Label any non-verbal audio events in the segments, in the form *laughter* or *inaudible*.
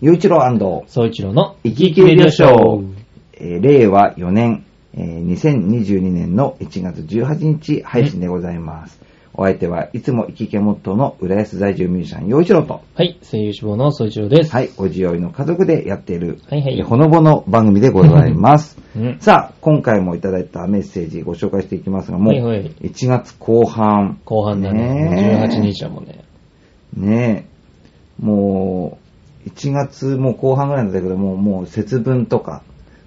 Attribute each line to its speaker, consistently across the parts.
Speaker 1: 雄一郎
Speaker 2: 総一郎の
Speaker 1: 生き生きレディオショー、えー令和4年、えー2022年の1月18日配信でございます。お相手はいつも生き生きモットーの浦安在住ミュージシャン陽一郎と、
Speaker 2: はい、声優志望の総一郎です。
Speaker 1: はい、おじおいの家族でやっている、
Speaker 2: はいはい
Speaker 1: えーほのぼの番組でございます。 *laughs*
Speaker 2: うん
Speaker 1: さあ、今回もいただいたメッセージご紹介していきますが、もう
Speaker 2: はいはい
Speaker 1: 1月後半、
Speaker 2: 後半だ
Speaker 1: ね
Speaker 2: ね。
Speaker 1: え
Speaker 2: 18日はもうね。
Speaker 1: ねえ、もう、1月も後半ぐらいなんだけども、もう節分とか、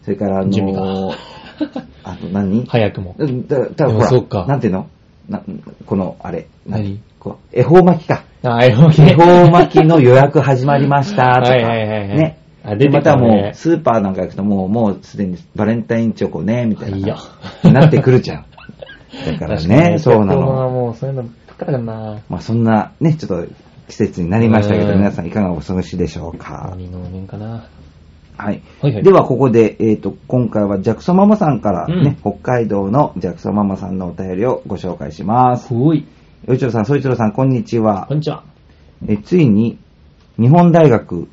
Speaker 1: それからあの
Speaker 2: 準備
Speaker 1: ー、 *laughs* あと何
Speaker 2: 早くも。
Speaker 1: だだ
Speaker 2: でも
Speaker 1: ほら
Speaker 2: そうか
Speaker 1: なんていうのなこの、あれ、な
Speaker 2: 何
Speaker 1: こう恵方巻きか。
Speaker 2: あ、恵方
Speaker 1: 恵方巻きの予約始まりましたとか。
Speaker 2: *laughs* はいはいはいはい
Speaker 1: ね。
Speaker 2: あ出て
Speaker 1: で
Speaker 2: き
Speaker 1: ま
Speaker 2: た
Speaker 1: た
Speaker 2: ね
Speaker 1: もう、スーパーなんか行くともう、もうすでにバレンタインチョコね、みたいな。
Speaker 2: いや
Speaker 1: なってくるじゃん。だ
Speaker 2: *laughs*
Speaker 1: からね、そうなの。
Speaker 2: もうそういうのばっかだからな。
Speaker 1: まあそんな、ね、ちょっと季節になりましたけど、
Speaker 2: うん
Speaker 1: 皆さんいかがお過ごしでしょうか。
Speaker 2: 何の年かな。
Speaker 1: はい。
Speaker 2: はいはい
Speaker 1: では、ここで、えっ、と、今回はジャクソンママさんからね、
Speaker 2: う
Speaker 1: 北海道のジャクソンママさんのお便りをご紹介します。
Speaker 2: ごい。
Speaker 1: よいちろさん、そいちろさん、こんにちは
Speaker 2: こ。んにちは。
Speaker 1: えついに、日本大学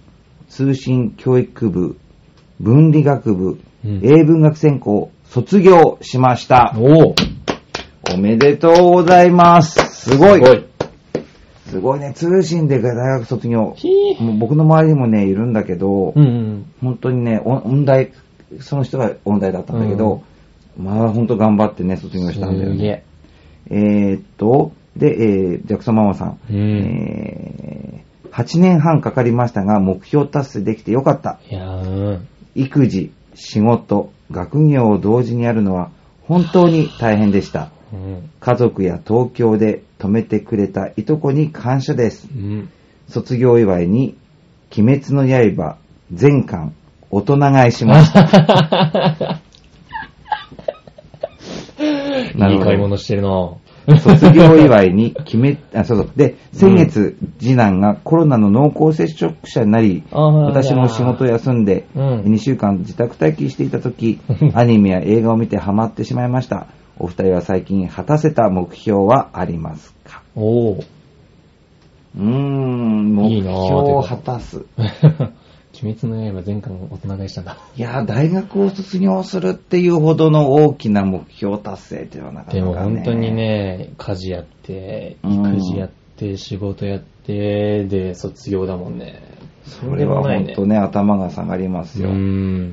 Speaker 1: 通信教育部文理学部、
Speaker 2: うん
Speaker 1: 英文学専攻卒業しました。
Speaker 2: おお。
Speaker 1: おめでとうございます。すごい。
Speaker 2: すごい。
Speaker 1: すごいね。通信で大学卒業。
Speaker 2: ひー
Speaker 1: もう僕の周りにもね、いるんだけど、
Speaker 2: うんうん。
Speaker 1: 本当にね、お音大、その人が音大だったんだけど、まあ本当頑張ってね、卒業したんだよ
Speaker 2: すげ
Speaker 1: ね。え
Speaker 2: え。
Speaker 1: ーっと、で、えー、ジャクソンママさん、
Speaker 2: うん。
Speaker 1: えー8年半かかりましたが、目標達成できてよかった。
Speaker 2: いやーうん。
Speaker 1: 育児、仕事、学業を同時にやるのは本当に大変でした。
Speaker 2: うん。
Speaker 1: 家族や東京で泊めてくれたいとこに感謝です。
Speaker 2: うん。
Speaker 1: 卒業祝いに、鬼滅の刃、全巻、大人買いしました。なる
Speaker 2: *laughs* い
Speaker 1: ほど
Speaker 2: い買い物してるな。
Speaker 1: 卒業祝いに、鬼滅、あ、そうそう。で、先月、次男がコロナの濃厚接触者になり、
Speaker 2: あー
Speaker 1: 私も仕事を休んで、
Speaker 2: うん
Speaker 1: 2週間自宅待機していた時、アニメや映画を見てハマってしまいました。お二人は最近果たせた目標はありますか
Speaker 2: お
Speaker 1: *laughs*
Speaker 2: お。
Speaker 1: うーん、目
Speaker 2: いい
Speaker 1: 標
Speaker 2: なあ
Speaker 1: を果たす。
Speaker 2: 鬼滅の刃全巻大人買いしたんだ。
Speaker 1: いやー大学を卒業するっていうほどの大きな目標達成っていうのはなかなか、
Speaker 2: *laughs* で
Speaker 1: ね、
Speaker 2: も本当にね、家事やって、
Speaker 1: うん
Speaker 2: 育児やって、仕事やって、で、卒業だもんね。
Speaker 1: それは本当ね、頭が下がります
Speaker 2: う
Speaker 1: よ。
Speaker 2: ん。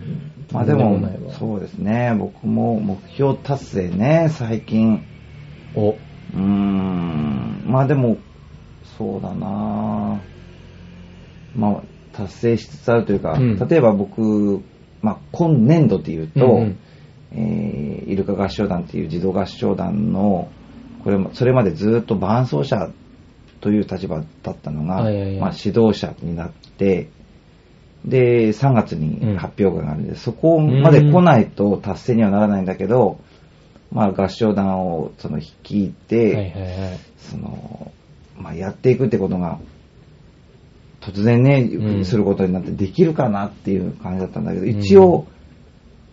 Speaker 1: まあで
Speaker 2: と
Speaker 1: も
Speaker 2: んないわ
Speaker 1: そうですね、僕も目標達成ね、最近。
Speaker 2: お、
Speaker 1: うーん、まあでも、そうだなまあ、達成しつつあるというか、
Speaker 2: うん
Speaker 1: 例えば僕、まあ今年度っていうと、
Speaker 2: うんうん
Speaker 1: えーイルカ合唱団っていう児童合唱団の、これも、それまでずっと伴奏者という立場だったのが、
Speaker 2: はいはいはい
Speaker 1: まあ指導者になって、で、3月に発表会があるんで、そこまで来ないと達成にはならないんだけど、まあ合唱団をその率いて、
Speaker 2: はいはいはい。
Speaker 1: その、まあ、やっていくってことが、突然ね、
Speaker 2: うん
Speaker 1: することになってできるかなっていう感じだったんだけど、一応、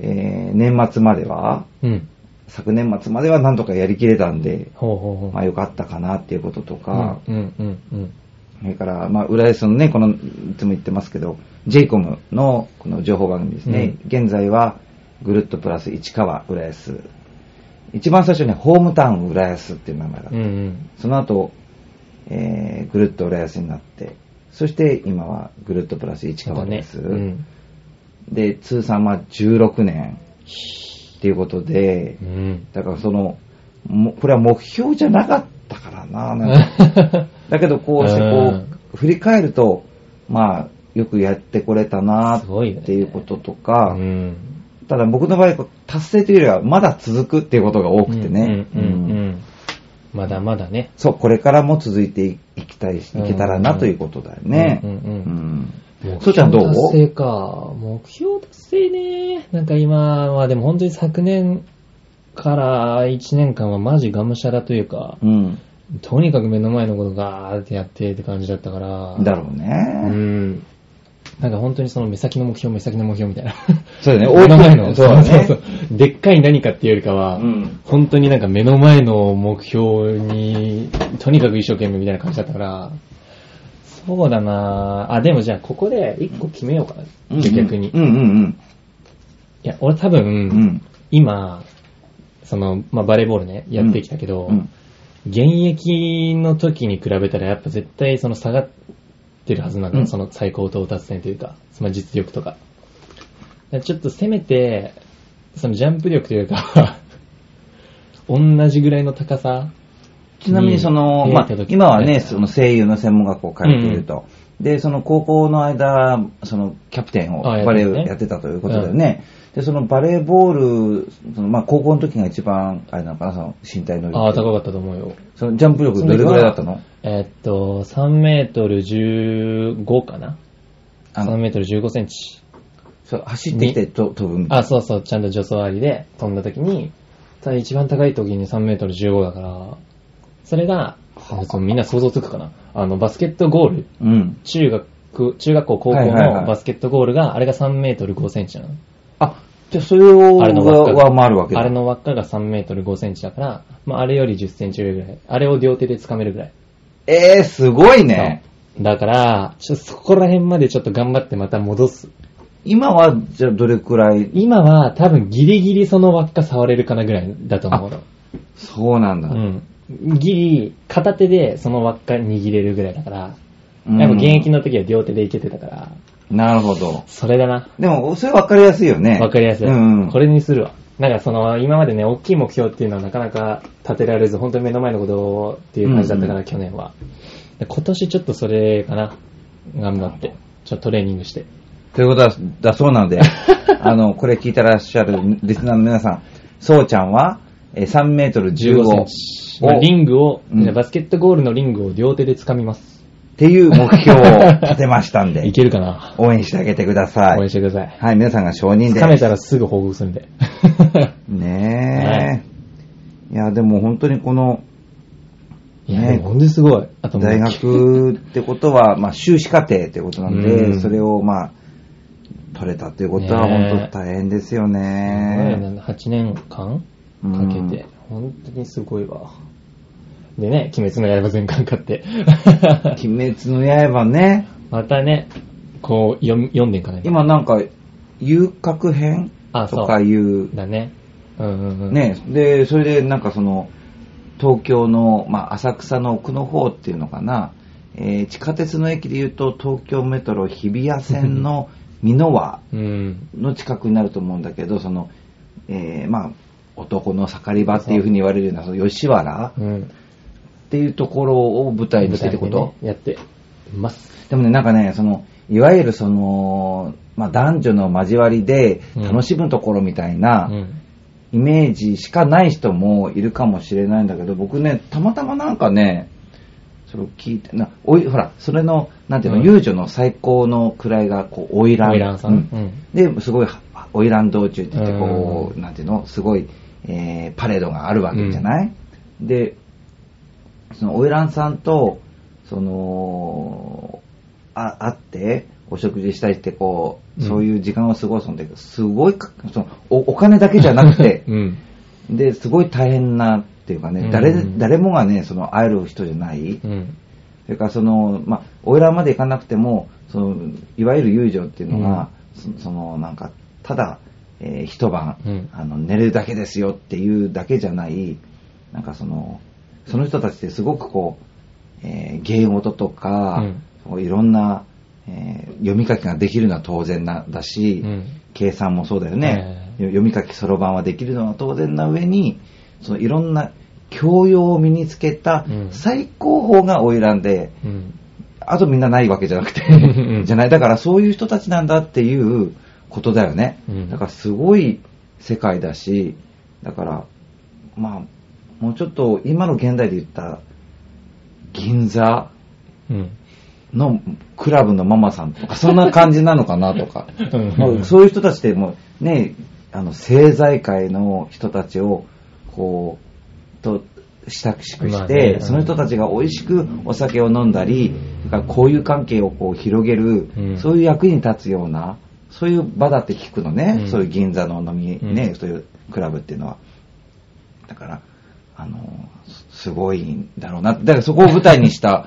Speaker 1: えー年末までは、
Speaker 2: うん。
Speaker 1: 昨年末まではなんとかやりきれたんで、
Speaker 2: ほうほうほう。
Speaker 1: まあ、よかったかなっていうこととか、
Speaker 2: うんうんうん
Speaker 1: それから、まあ、浦安のね、この、いつも言ってますけど、JCOM のこの情報番組ですね、現在は、ぐるっとプラス市川浦安。一番最初にホームタウン浦安っていう名前だった。
Speaker 2: うん。うんうん。
Speaker 1: その後、えー、ぐるっと浦安になって、そして今はぐるっとプラス市川です。
Speaker 2: そうだうん。
Speaker 1: で、通算は16年っていうことで
Speaker 2: う、ん。
Speaker 1: だからその、もこれは目標じゃなかったからな、
Speaker 2: *laughs*
Speaker 1: なんかだけどこうして
Speaker 2: う
Speaker 1: こ
Speaker 2: ん
Speaker 1: う、振り返ると、まあ、よくやってこれた *laughs* な
Speaker 2: すごい
Speaker 1: っ
Speaker 2: ね
Speaker 1: ていうこととか、
Speaker 2: うん。
Speaker 1: ただ僕の場合、こう達成というよりはまだ続くっていうことが多くてね。
Speaker 2: うんう
Speaker 1: う
Speaker 2: んう
Speaker 1: ん
Speaker 2: んうん。まだまだね。
Speaker 1: そう、これからも続いていきたいし、いけたらなということだよね。
Speaker 2: うんうんう
Speaker 1: うんそうちゃんどう
Speaker 2: 目標達成か。目標達成ね。なんか今はでも本当に昨年から1年間はマジがむしゃらというか、
Speaker 1: うん。
Speaker 2: とにかく目の前のことガーってやってって感じだったから。
Speaker 1: だろう
Speaker 2: う
Speaker 1: ね。
Speaker 2: ん。なんか本当にその目先の目標、目先の目標みたいな。
Speaker 1: そうだね
Speaker 2: 目の前
Speaker 1: 大きい
Speaker 2: の。
Speaker 1: そうだね
Speaker 2: *laughs* そうそうでっかい何かっていうよりかは、
Speaker 1: うん
Speaker 2: 本当になんか目の前の目標に、とにかく一生懸命みたいな感じだったから、そそうだなあ、でもじゃあここで一個決めようかな。じゃあ逆に。
Speaker 1: うんうん
Speaker 2: いや、俺多分、
Speaker 1: うん。うん。
Speaker 2: 今、その、まあ、バレーボールね、やってきたけど、
Speaker 1: うん
Speaker 2: 現役の時に比べたらやっぱ絶対その下がってるはずなの、
Speaker 1: うん
Speaker 2: その最高到達点というか、その実力とか。だからちょっとせめて、そのジャンプ力というか、 *laughs* 同じぐらいの高さ
Speaker 1: ちなみにその、
Speaker 2: うん
Speaker 1: まあ
Speaker 2: 出会えた、時
Speaker 1: 今はね、その声優の専門学校を通っていると。で、その高校の間、そのキャプテンを
Speaker 2: あ
Speaker 1: バレ
Speaker 2: やってます
Speaker 1: ー
Speaker 2: ね
Speaker 1: やってたということだよね。で、そのバレーボール、そのまあ高校の時が一番、あれなのかな、その身体能
Speaker 2: ああ、
Speaker 1: 力。
Speaker 2: 高かったと思うよ。
Speaker 1: そのジャンプ力どれぐらいだったの
Speaker 2: えーっと、3メートル15かな
Speaker 1: あ
Speaker 2: ?3
Speaker 1: の、
Speaker 2: メートル15センチ。
Speaker 1: そう走ってきてと飛ぶみたい
Speaker 2: あ、そうそう、ちゃんと助走ありで飛んだ時に、ただ一番高い時に3メートル15だから、それが、あそうみんな想像つくかなあの、バスケットゴール、
Speaker 1: な。うん。
Speaker 2: 中学、中学校高校
Speaker 1: はいはいはい
Speaker 2: のバスケットゴールが、あれが3メートル5センチなの。
Speaker 1: あ、じゃあそれを
Speaker 2: あれの輪っか
Speaker 1: 上
Speaker 2: が
Speaker 1: 回るわけだ。
Speaker 2: あれの輪っかが3メートル5センチだから、まあ、あれより10センチ上ぐらい。あれを両手で掴めるぐらい。
Speaker 1: えー、すごいね。
Speaker 2: そうだから、ちょっとそこら辺までちょっと頑張ってまた戻す。
Speaker 1: 今は、じゃあどれくらい、
Speaker 2: 今は多分ギリギリその輪っか触れるかなぐらいだと思うの。
Speaker 1: そうなんだ。
Speaker 2: うん。ギリ、片手でその輪っか握れるぐらいだから、
Speaker 1: うん
Speaker 2: やっぱ現役の時は両手でいけてたから、
Speaker 1: なるほど。
Speaker 2: それだな。
Speaker 1: でも、それ分かりやすいよね。
Speaker 2: わかりやすい。
Speaker 1: うんうん。
Speaker 2: これにするわ。なんかその、今までね、大きい目標っていうのはなかなか立てられず、本当に目の前のことっていう感じだったから、
Speaker 1: うんうん
Speaker 2: 去年は。で今年ちょっとそれかな。頑張って。ちょっとトレーニングして。
Speaker 1: ということだだそうなの
Speaker 2: *laughs*
Speaker 1: で、あの、これ聞いてらっしゃるリスナーの皆さん、そうちゃんは、えー3メートル
Speaker 2: 15セン
Speaker 1: 15
Speaker 2: チ。まあ
Speaker 1: を、
Speaker 2: リングを、
Speaker 1: うん
Speaker 2: バスケットゴールのリングを両手で掴みます。
Speaker 1: っていう目標を立てましたん
Speaker 2: *laughs* い
Speaker 1: で、
Speaker 2: けるかな、
Speaker 1: 応援してあげてくださ
Speaker 2: 応援
Speaker 1: い。
Speaker 2: してください。
Speaker 1: はい、皆さんが承認で
Speaker 2: 掴。めたらすぐ報告する
Speaker 1: *laughs*
Speaker 2: んで。
Speaker 1: ねえ。いや、でも本当にこの、
Speaker 2: いや、
Speaker 1: ね
Speaker 2: でも本当にすごい。あともう
Speaker 1: 大学ってことは、まあ、修士課程ってことなん
Speaker 2: う
Speaker 1: で、
Speaker 2: ん
Speaker 1: それをまあ、取れたっていうことは
Speaker 2: ねえ
Speaker 1: 本当大変ですよ
Speaker 2: すご
Speaker 1: ね。
Speaker 2: いな8年間
Speaker 1: うん
Speaker 2: かけて、本当にすごいわ。でね、鬼滅の刃全巻買
Speaker 1: *laughs*
Speaker 2: って。 *laughs*
Speaker 1: 鬼滅の刃ね、
Speaker 2: またね、こう読み読んでいかないと。
Speaker 1: 今なんか、遊郭編
Speaker 2: あそう
Speaker 1: とかいう、
Speaker 2: だね。うんうんうん。。
Speaker 1: ね、で、それでなんかその、東京の、まあ、浅草の奥の方っていうのかな、えー地下鉄の駅で言うと、東京メトロ日比谷線
Speaker 2: *laughs*
Speaker 1: の美濃輪
Speaker 2: うん。
Speaker 1: の近くになると思うんだけど、その、えーまあ、男の盛り場っていうふうに言われるような、その吉原
Speaker 2: うん。
Speaker 1: っていうところを舞台にしてってこと、
Speaker 2: 舞台でねやってます。
Speaker 1: でもね、なんかね、その、いわゆるその、まあ、男女の交わりで
Speaker 2: うん。
Speaker 1: 楽しむところみたいうなんイメージしかない人もいるかもしれないんだけど、僕ね、たまたまなんかね、それを聞いて、なおいほら、それの、なんていうの、
Speaker 2: うん
Speaker 1: 遊女の最高の位が、こう、花
Speaker 2: イ
Speaker 1: 魁。
Speaker 2: ランさん。うん。
Speaker 1: で、すごい、は花魁道中って言って、こ
Speaker 2: う
Speaker 1: う、なんていうの、すごい、えーパレードがあるわけじゃない、で、その、花魁さんと、その、あ、会って、お食事したりして、こう、
Speaker 2: うん、
Speaker 1: そういう時間を過ごすんだけど、すごいか、そのお、お金だけじゃなくて
Speaker 2: うん。
Speaker 1: で、すごい大変なっていうかね、
Speaker 2: う
Speaker 1: 誰
Speaker 2: ん、
Speaker 1: 誰もがね、その、会える人じゃない、
Speaker 2: うん。
Speaker 1: それからその、まあ、オイラーまで行かなくても、その、いわゆる遊女っていうのが、そその、なんか、ただ、えー一晩、
Speaker 2: うん
Speaker 1: あの、寝るだけですよっていうだけじゃない、なんかその、その人たちってすごくこう、えー芸事とか、
Speaker 2: うん
Speaker 1: こういろんな、えー読み書きができるのは当然な、だし、
Speaker 2: うん。
Speaker 1: 計算もそうだよね、
Speaker 2: え
Speaker 1: 読み書きそろばんはできるのは当然な上にそのいろんな教養を身につけた
Speaker 2: うん
Speaker 1: 最高峰が花魁で、
Speaker 2: うん。
Speaker 1: あとみんなないわけじゃなくて
Speaker 2: うん
Speaker 1: *laughs* じゃないだからそういう人たちなんだっていうことだよね、
Speaker 2: うん
Speaker 1: だからすごい世界だしだからまあもうちょっと今の現代で言った銀座
Speaker 2: うん。
Speaker 1: のクラブのママさんとか、そんな感じなのかなとか
Speaker 2: うん、
Speaker 1: もうそういう人たちってもうね、あの、政財界の人たちを、こう、と、親しく
Speaker 2: ま
Speaker 1: し
Speaker 2: あ
Speaker 1: て、
Speaker 2: ね
Speaker 1: その人たちが美味しくお酒を飲んだり、それから交友関係をこう広げる、
Speaker 2: うん
Speaker 1: そういう役に立つような、そういう場だって聞くのね、
Speaker 2: うん
Speaker 1: そういう銀座の飲み、ね、
Speaker 2: うん
Speaker 1: そういうクラブっていうのは。だから、あの、すすごいんだろうな。だからそこを舞台にした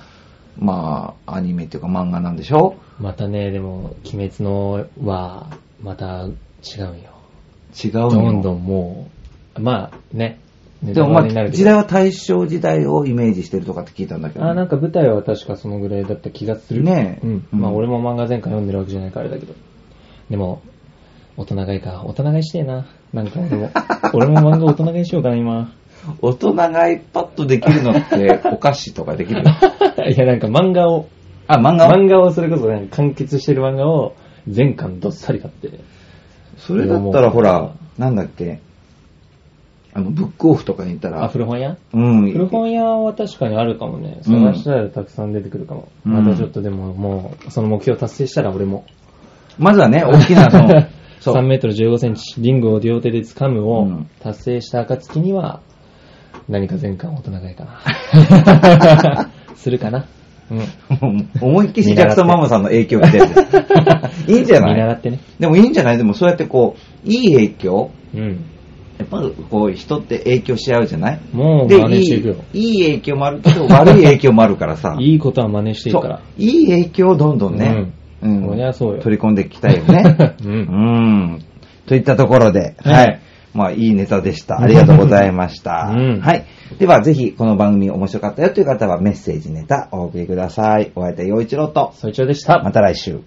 Speaker 1: まあ、アニメというか漫画なんでしょ
Speaker 2: またね、でも、鬼滅のは、また違うんよ。
Speaker 1: 違う
Speaker 2: ど
Speaker 1: の
Speaker 2: んどんもう、まあね、ネ
Speaker 1: で
Speaker 2: タ
Speaker 1: もま
Speaker 2: バレにな
Speaker 1: あ、
Speaker 2: るけど
Speaker 1: 時代は大正時代をイメージしてるとかって聞いたんだけど、
Speaker 2: あーなんか舞台は確かそのぐらいだった気がする。
Speaker 1: ねえ
Speaker 2: うん。
Speaker 1: うん
Speaker 2: まあ俺も漫画前回読んでるわけじゃないからあれだけど。でも、大人買いか。大人買いしてえな。なんか
Speaker 1: *laughs*
Speaker 2: 俺も、俺も漫画大人買いしようかな、今。 *laughs*
Speaker 1: 大人が iPad できるのってお菓子とかできる
Speaker 2: いや、なんか漫画を、
Speaker 1: あ、漫画
Speaker 2: 漫画をそれこそね、完結してる漫画を全巻どっさり買って。
Speaker 1: それだったらほら、なんだっけ、あの、ブックオフとかに行った
Speaker 2: あ、
Speaker 1: ら、
Speaker 2: 古本屋
Speaker 1: うん、
Speaker 2: 古本屋は確かにあるかもね。
Speaker 1: うん
Speaker 2: 探したらたくさん出てくるかも。
Speaker 1: うん
Speaker 2: またちょっとでももう、その目標達成したら俺も。
Speaker 1: まずはね、大きな、そ
Speaker 2: *laughs*
Speaker 1: の、そう
Speaker 2: 3メートル15センチ、リングを両手で掴む
Speaker 1: う
Speaker 2: を
Speaker 1: ん
Speaker 2: 達成した暁には、何か全巻大人買いかな。
Speaker 1: *laughs*
Speaker 2: するかな。うん。
Speaker 1: *laughs* 思いっきりジャクソンママさんの影響受けて
Speaker 2: *laughs*
Speaker 1: る。いいんじゃ
Speaker 2: 見習
Speaker 1: ない
Speaker 2: ってね。
Speaker 1: でもいいんじゃないでもそうやってこう、いい影響
Speaker 2: うん。
Speaker 1: やっぱこう、人って影響し合うじゃない
Speaker 2: もう
Speaker 1: で
Speaker 2: 真似
Speaker 1: い
Speaker 2: してい
Speaker 1: い
Speaker 2: くよ。、
Speaker 1: いい影響もあるけど、悪い影響もあるからさ。
Speaker 2: いいことは真似していくから。
Speaker 1: そういい影響をどんどんね、
Speaker 2: うんそりゃそうよ
Speaker 1: 取り込んでいきたいよね。
Speaker 2: *laughs* う
Speaker 1: うんん、といったところで、
Speaker 2: は
Speaker 1: はいい。まあ、いいネタでした。ありがとうございました。
Speaker 2: *laughs* うん
Speaker 1: はい。では、ぜひ、この番組面白かったよという方は、メッセージネタお送りください。お相手、陽一郎と、
Speaker 2: そいちょでした。
Speaker 1: また来週。